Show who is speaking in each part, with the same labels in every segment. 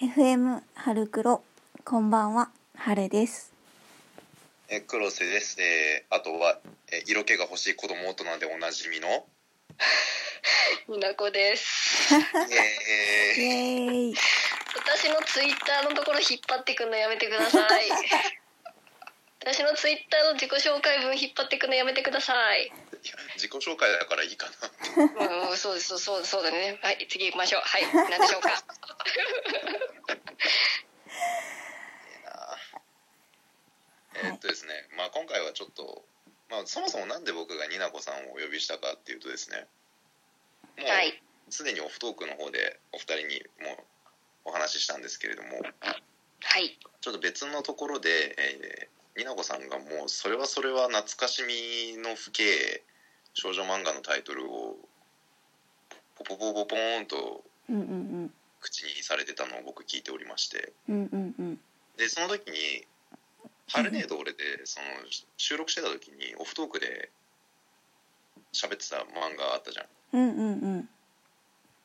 Speaker 1: FM 春黒こんばんは春です
Speaker 2: え黒瀬です、えーあとは、えー色気が欲しい子供大人でおなじみ の、
Speaker 3: みなこです。
Speaker 1: イ
Speaker 2: えー
Speaker 1: エーイ
Speaker 3: 私のツイッターのところ引っ張ってくのやめてくだ さい。私のツイッターの自己紹介文引っ張ってくのやめてください。
Speaker 2: いや自己紹介だからいいかな
Speaker 3: うん、そうです、そう、そうだね。はい、次行きましょう。はい、何でしょうか。
Speaker 2: えーっとですね、まあ、今回はちょっと、まあ、そもそもなんで僕がになこさんをお呼びしたかっていうとですねもう
Speaker 3: はい、
Speaker 2: すでにオフトークの方でお二人にもうお話ししたんですけれども
Speaker 3: はい、
Speaker 2: ちょっと別のところで、えー、になこさんがもうそれはそれは懐かしみの父兄少女漫画のタイトルをポポポポポーンと
Speaker 1: うんうん
Speaker 2: 口にされてたのを僕聞いておりまして
Speaker 1: うんうんうんうん
Speaker 2: でその時にハルネード俺でその収録してた時にオフトークで喋ってた漫画あったじゃ
Speaker 1: う
Speaker 2: ん
Speaker 1: んうんうん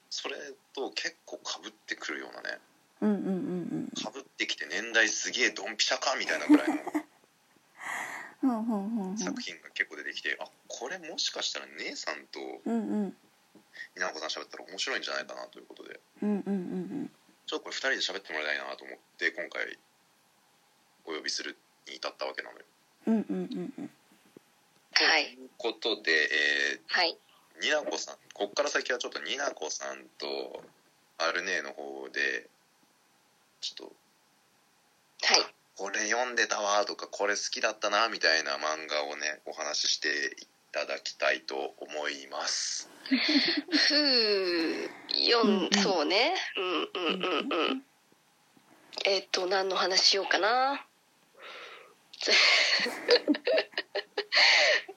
Speaker 2: それと結構かぶってくるようなね
Speaker 1: うんうんうん
Speaker 2: かぶってきて年代すげえドンピシャかみたいなぐらいの
Speaker 1: うんうんうんうん
Speaker 2: 作品が結構出てきてあこれもしかしたら姉さんと
Speaker 1: うんうん
Speaker 2: 稲子さん喋ったら面白いんじゃないかなということで
Speaker 1: うんうんうん
Speaker 2: ちょっとこれ2人で喋ってもらいたいなと思って今回お呼びするに至ったわけなのよ。
Speaker 1: うんうんうんうんうん
Speaker 3: はい、
Speaker 2: ということで、えー、
Speaker 3: はい、
Speaker 2: になこさんこっから先はちょっとになこさんとアルネーの方でちょっ
Speaker 3: はい。
Speaker 2: とこれ読んでたわとかこれ好きだったなみたいな漫画をねお話ししていただきたいと思います
Speaker 3: ふう、よ
Speaker 1: うんうん
Speaker 3: ん、そうね。うん、うん、うん、うん。えっと、何の話しようかな。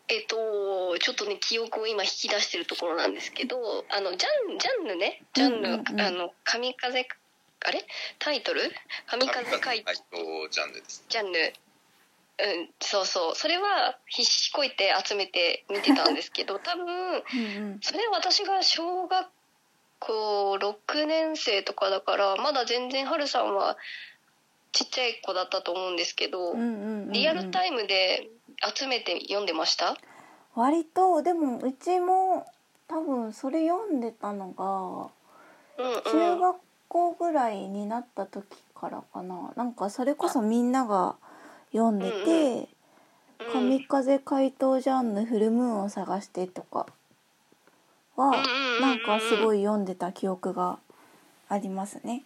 Speaker 3: えっと、ちょっとね、記憶を今引き出してるところなんですけど、あの、ジャン、ジャンヌね、ジャンヌ、
Speaker 1: うんうんうん
Speaker 3: あの、神風、あれタイトル神風怪
Speaker 2: 回答ジャンルです
Speaker 3: ジャンヌ。うん、そうそう。それは必死こいて集めて見てたんですけど、多分、
Speaker 1: うん
Speaker 3: それ私が小学校6年生とかだからまだ全然ハルさんはちっちゃい子だったと思うんですけど、
Speaker 1: うんうんうん
Speaker 3: リアルタイムで集めて読んでました
Speaker 1: 割とでもうちも多分それ読んでたのが
Speaker 3: うんうん
Speaker 1: 中学校ぐらいになった時からかななんかそれこそみんなが読んでて「
Speaker 3: うん
Speaker 1: 神風怪盗ジャンヌフルムーンを探して」とかは
Speaker 3: うんうんうん
Speaker 1: なんかすごい読んでた記憶がありますね。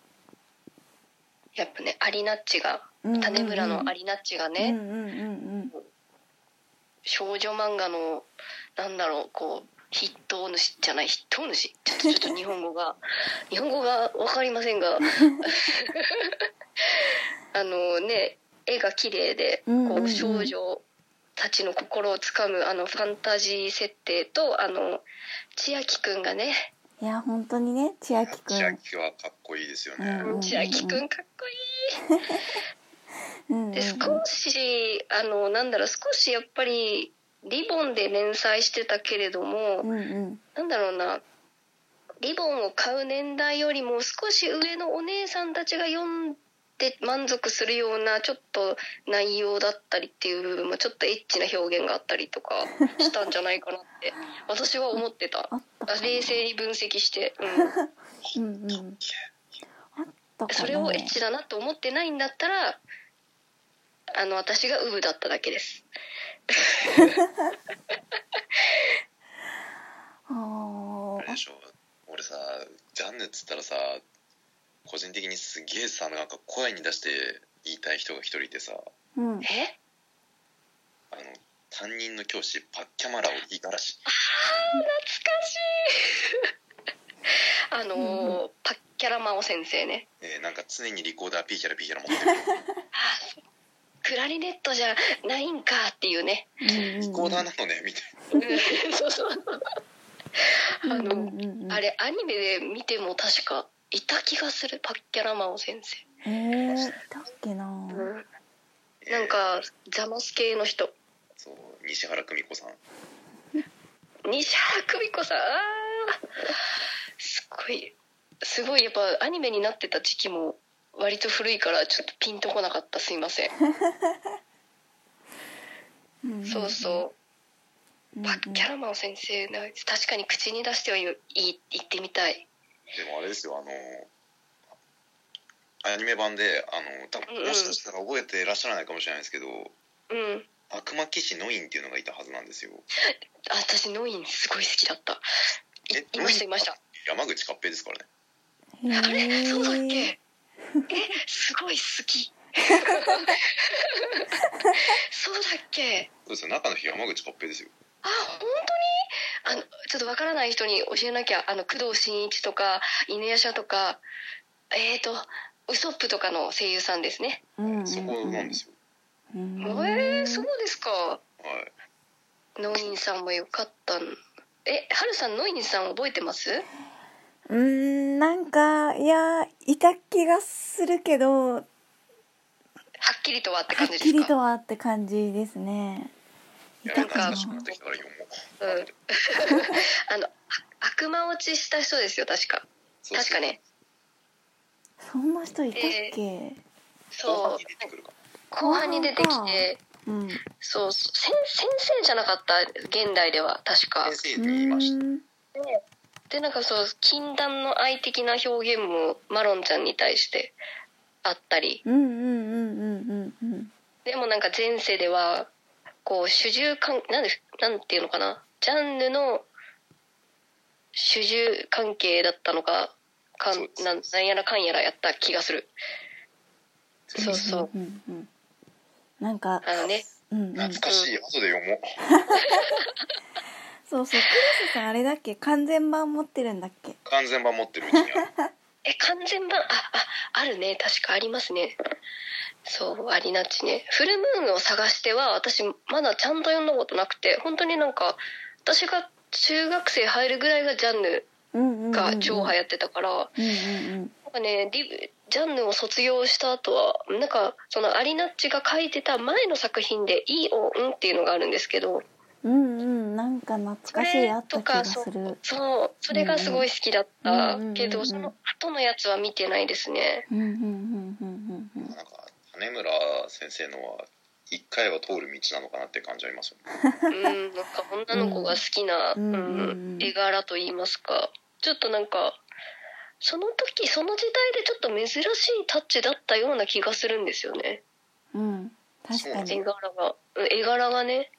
Speaker 3: やっぱねアリナッチが種村のアリナッチがね、
Speaker 1: うんうんうん
Speaker 3: 少女漫画のなんだろうこう筆頭主じゃない筆頭主ちょっとちょっと日本 語が日本語が分かりませんが あのね絵が綺麗で
Speaker 1: うんうん
Speaker 3: こ
Speaker 1: うん
Speaker 3: う少女たちの心をつかむあのファンタジー設定とあの千秋くんがね
Speaker 1: うんいや本当にね千秋く
Speaker 2: 千
Speaker 1: ん、
Speaker 2: 秋はかっこいいですよね、
Speaker 1: うんうん
Speaker 3: 千秋くんかっこ
Speaker 1: うんうんう
Speaker 3: い
Speaker 1: ん
Speaker 3: いで少しあのなんだろう少しやっぱりリボンで連載してたけれども、
Speaker 1: うんうん
Speaker 3: なんだろうなリボンを買う年代よりも少し上のお姉さんたちが読んで満足するようなちょっと内容だったりっていう部分もちょっとエッチな表現があったりとかしたんじゃないかなって私は思ってた
Speaker 1: あったかな
Speaker 3: 冷静に分析して、うん
Speaker 1: うんうんあったかな
Speaker 3: それをエッチだなと思ってないんだったらあの私がウブだっただけです
Speaker 1: あー
Speaker 2: あれでしょ俺さジャンヌっつったらさ個人的にすげえさなんか声に出して言いたい人が一人いてさ
Speaker 1: うん
Speaker 3: え
Speaker 2: あの担任の教師パッキャマラを五十嵐
Speaker 3: あのーパッキャラマオ先生ね
Speaker 2: えーなんか常にリコーダーピーヒャラピーヒャラ持ってる
Speaker 3: あクラリネットじゃないんかっていう ね
Speaker 1: うん
Speaker 2: リコーダーなのねみたい
Speaker 3: そうそうあの、
Speaker 1: うんうんうん
Speaker 3: あれアニメで見ても確かいた気がするパッキャラマオ先生、
Speaker 1: えー、いたっけな、
Speaker 2: な、
Speaker 3: なんかザマス系の人
Speaker 2: えーそう西原久美子さん
Speaker 3: 西原久美子さんあーすごいすごいやっぱアニメになってた時期も割と古いからちょっとピンとこなかったすいません
Speaker 1: うん
Speaker 3: そうそ
Speaker 1: うん
Speaker 3: うパキャラマン先生の確かに口に出してはいい言ってみたい
Speaker 2: でもあれですよあのアニメ版であの多
Speaker 3: うんう
Speaker 2: 分
Speaker 3: ん
Speaker 2: もしかしたら覚えてらっしゃらないかもしれないですけど、
Speaker 3: うん
Speaker 2: 悪魔騎士ノインっていうのがいたはずなんですよ
Speaker 3: あ私ノインすごい好きだったい
Speaker 2: え
Speaker 3: いましたいました
Speaker 2: 山口勝平ですからね
Speaker 1: うん
Speaker 3: あれそうだっけ
Speaker 1: へ
Speaker 3: えすごい 好きそうだっけ
Speaker 2: そうですよ中の日山口勝平ですよ
Speaker 3: あ本当にあのちょっとわからない人に教えなきゃあの工藤新一とか犬夜叉とかえっ、ー、とウソップとかの声優さんですね
Speaker 1: ーうん
Speaker 2: そこなんですよ、
Speaker 1: うんうん
Speaker 3: えー、そうですか
Speaker 2: はい
Speaker 3: ノインさんもよかったんえはるさんノインさん覚えてます
Speaker 1: うーんなんかいやいた気がするけどは
Speaker 3: はっきりとはって
Speaker 1: っ
Speaker 3: 感じですか
Speaker 1: きりとはって感じですねい
Speaker 2: や
Speaker 1: た
Speaker 2: め
Speaker 1: か
Speaker 2: た
Speaker 1: な
Speaker 2: かしくなってきたから読もう
Speaker 3: うん、あのあ悪魔落ちした人ですよ確か
Speaker 2: そうそう
Speaker 3: 確かね
Speaker 1: そんな人いたっけ
Speaker 2: 後
Speaker 3: そ
Speaker 2: 半
Speaker 3: う
Speaker 2: に出てくるか
Speaker 3: 後半に出てき
Speaker 1: 後半
Speaker 3: て
Speaker 1: うん
Speaker 3: そうそう先先生じゃなかった現代では確か
Speaker 2: 先生って言いました
Speaker 1: うん
Speaker 3: でなんかそう禁断の愛的な表現もマロンちゃんに対してあったり
Speaker 1: うんうんうんうんうんうん
Speaker 3: でもなんか前世ではこう主従関なんでなんていうのかなジャンヌの主従関係だったのかか
Speaker 2: そうんです
Speaker 3: なんなんやらかんやらやった気がするそうそう
Speaker 1: うんうんうんなんか
Speaker 3: あのね
Speaker 1: うんうん
Speaker 2: 懐かしい後で読もう
Speaker 1: そうそうクラスさんあれだっけ完全版持ってるんだっけ
Speaker 2: 完全版持ってるうちにある
Speaker 3: え完全版あああるね確かありますねそうありなっちね「フルムーンを探しては」私まだちゃんと読んだことなくて本当になんか私が中学生入るぐらいがジャンヌ
Speaker 1: うんうんうんうん
Speaker 3: が超流行ってたから、
Speaker 1: うんうんうん
Speaker 3: なんかねリブジャンヌを卒業した後はなんかそのアリナッチが書いてた前の作品で「いいおうん」っていうのがあるんですけど
Speaker 1: うんうんなんか懐かしいあった気がす
Speaker 3: そ
Speaker 1: る
Speaker 3: うそうそれがすごい好きだっ
Speaker 1: う
Speaker 3: た
Speaker 1: んうん
Speaker 3: け
Speaker 1: うんうんうんう
Speaker 3: ど
Speaker 1: ん
Speaker 3: その後のやつは見てないですね
Speaker 1: うんうんうんうんうんうん
Speaker 2: なんか金村先生のは一回は通る道なのかなって感じありますよね
Speaker 3: うん、なんか女の子が好きな、
Speaker 1: う
Speaker 3: うんん
Speaker 1: うんうん
Speaker 3: 絵柄といいますかちょっとなんかその時その時代でちょっと珍しいタッチだったような気がするんですよね
Speaker 1: うん確か
Speaker 3: 絵
Speaker 1: に
Speaker 3: 柄がうん絵柄がね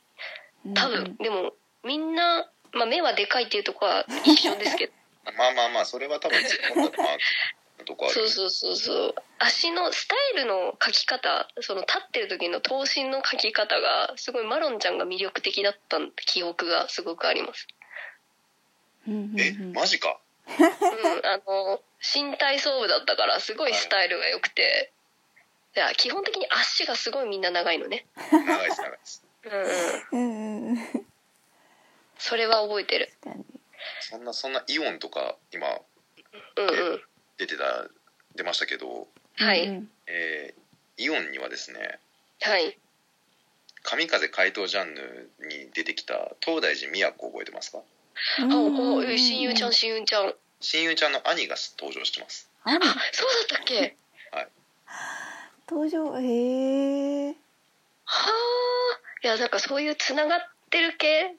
Speaker 3: 多分、でもみんな、まあ、目はでかいっていうとこは一緒ですけど
Speaker 2: まあまあまあそれは多分突っ込んだらまあとこある
Speaker 3: そうそうそうそう足のスタイルの描き方その立ってる時の頭身の描き方がすごいマロンちゃんが魅力的だった記憶がすごくあります
Speaker 1: うんうんうん
Speaker 2: えマジか
Speaker 3: うん、あの新体操部だったからすごいスタイルが良くていや基本的に足がすごいみんな長いのね、
Speaker 2: 長いです長いです
Speaker 3: うんうん、
Speaker 1: うんうんうん確
Speaker 3: それは覚えてる
Speaker 1: かに
Speaker 2: そんなそんなイオンとか今
Speaker 3: うんうん
Speaker 2: 出てた出ましたけど、
Speaker 3: はい、
Speaker 1: うん
Speaker 2: えーイオンにはですね
Speaker 3: はい
Speaker 2: 神風怪盗ジャンヌに出てきた東大寺都覚えてますか
Speaker 1: う
Speaker 3: あ
Speaker 1: ん
Speaker 3: おお親友ちゃん親友ちゃんあ
Speaker 2: 親友ちゃんの兄が登場してます
Speaker 1: ある
Speaker 3: そうだったっけ
Speaker 1: 登場へえ
Speaker 3: はあいやなんかそういうつながってる系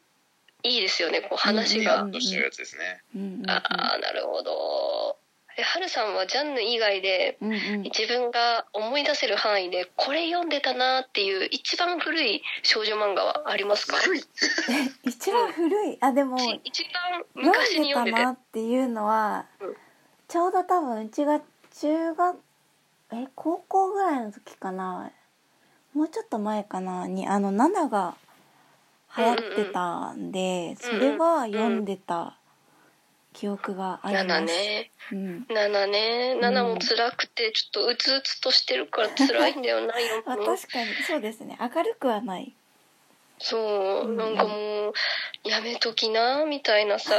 Speaker 3: いいですよねこう話
Speaker 2: ニ
Speaker 3: が、
Speaker 2: ヤッとしてるやつですね
Speaker 1: うんうん
Speaker 3: ああなるほどえはるさんはジャンヌ以外で
Speaker 1: うんうん
Speaker 3: 自分が思い出せる範囲でこれ読んでたなっていう一番古い少女漫画はありますか
Speaker 2: 古い
Speaker 1: 一番古いあでも
Speaker 3: 一一番
Speaker 1: 読
Speaker 3: 昔
Speaker 1: ん
Speaker 3: に
Speaker 1: でた
Speaker 3: 読んでて
Speaker 1: なっていうのは
Speaker 3: うん
Speaker 1: ちょうど多分うちが中学え高校ぐらいの時かなもうちょっと前かなにあの「ナナ」が流行ってたんでそれは読んでた記憶がありま
Speaker 3: 7
Speaker 1: す。
Speaker 3: ね
Speaker 1: うん
Speaker 3: 7ね7も辛くてちょっとうつうつとしてるから辛いんだよな
Speaker 1: あ
Speaker 3: 4も
Speaker 1: 確かにそうですね明るくはない
Speaker 3: そううんなんかもうやめときなみたいな
Speaker 2: あ
Speaker 3: さ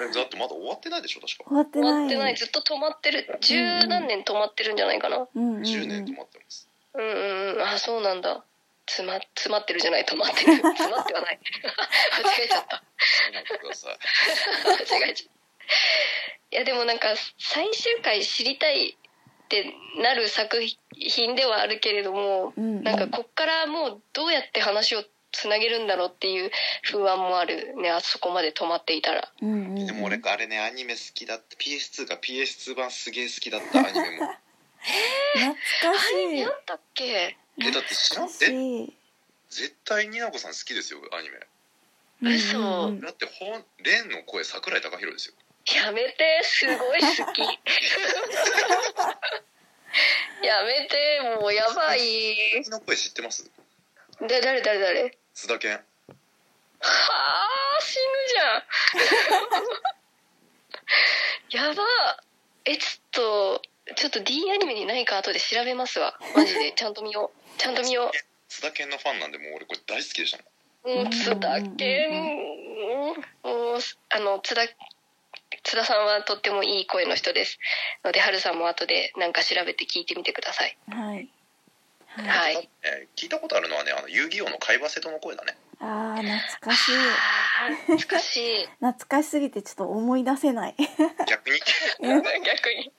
Speaker 2: れだってまだ終わってないでしょ確か
Speaker 1: 終わって
Speaker 3: 終
Speaker 1: ない
Speaker 3: わってないずっと止まってる十何年止まってるんじゃないかな
Speaker 1: うんうんうん、
Speaker 2: 10年止まってます
Speaker 3: うんうんうんあそうな んだ詰ま詰まってるじゃない止まってる詰まってはない 間違えちゃった
Speaker 2: なんかください
Speaker 3: 間違えちゃっいやでもなんか最終回知りたいってなる作品ではあるけれども、
Speaker 1: うん
Speaker 3: なんかこっからもうどうやって話をつなげるんだろうっていう不安もあるねあそこまで止まっていたら
Speaker 1: うんうん
Speaker 2: でも俺あれねアニメ好きだった PS2 か PS2 版すげえ好きだったアニメも
Speaker 1: 懐かし
Speaker 3: あれ
Speaker 1: い
Speaker 3: なんだっけ
Speaker 2: えだって知
Speaker 1: 懐
Speaker 2: らん
Speaker 1: かし
Speaker 2: え
Speaker 1: い
Speaker 2: 絶対になこさん好きですよアニメ
Speaker 3: 嘘
Speaker 1: うんうんうん
Speaker 2: だってほんレンの声桜井貴弘ですよ
Speaker 3: やめてすごい好きやめてもうやばい
Speaker 2: 君の声知ってます
Speaker 3: で誰誰誰
Speaker 2: 津田健
Speaker 3: はあ死ぬじゃんやばえちょっとちょっと D アニメにないか後で調べますわマジ でちゃんと見ようちゃんと見よ
Speaker 2: 津田健のファンなんでもう俺これ大好きでしたもん
Speaker 3: うもう津田健もうあの津田津田さんはとってもいい声の人ですので春さんも後でなんか調べて聞いてみてください
Speaker 1: はいはい
Speaker 3: はい
Speaker 2: えー聞いたことあるのはねあの遊戯王の海馬瀬戸の声 だね
Speaker 1: あー懐かしい
Speaker 3: あー懐かしい
Speaker 1: 懐かしすぎてちょっと思い出せない
Speaker 2: 逆に
Speaker 1: え
Speaker 3: 逆に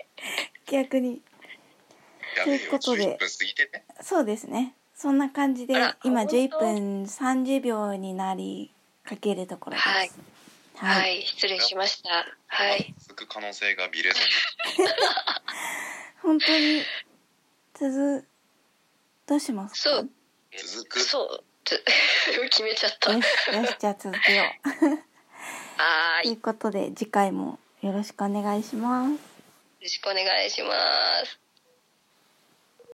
Speaker 1: 逆に
Speaker 2: や
Speaker 1: ということで
Speaker 2: 11分過ぎてね
Speaker 1: そうですねそんな感じで
Speaker 3: あら
Speaker 1: 今
Speaker 3: 本当
Speaker 1: 11分30秒になりかけるところです
Speaker 3: はい
Speaker 1: は、
Speaker 3: はいい失礼しましたはい
Speaker 2: 続く可能性がビレゾン
Speaker 1: 本当に続どうしますか
Speaker 3: そう
Speaker 2: に続く
Speaker 3: そうつ決めちゃった
Speaker 1: よしよしじゃあ続けよ う
Speaker 3: はーい
Speaker 1: とい
Speaker 3: よ
Speaker 1: うことで次回もよろしくお願いします
Speaker 3: ろしくお願いします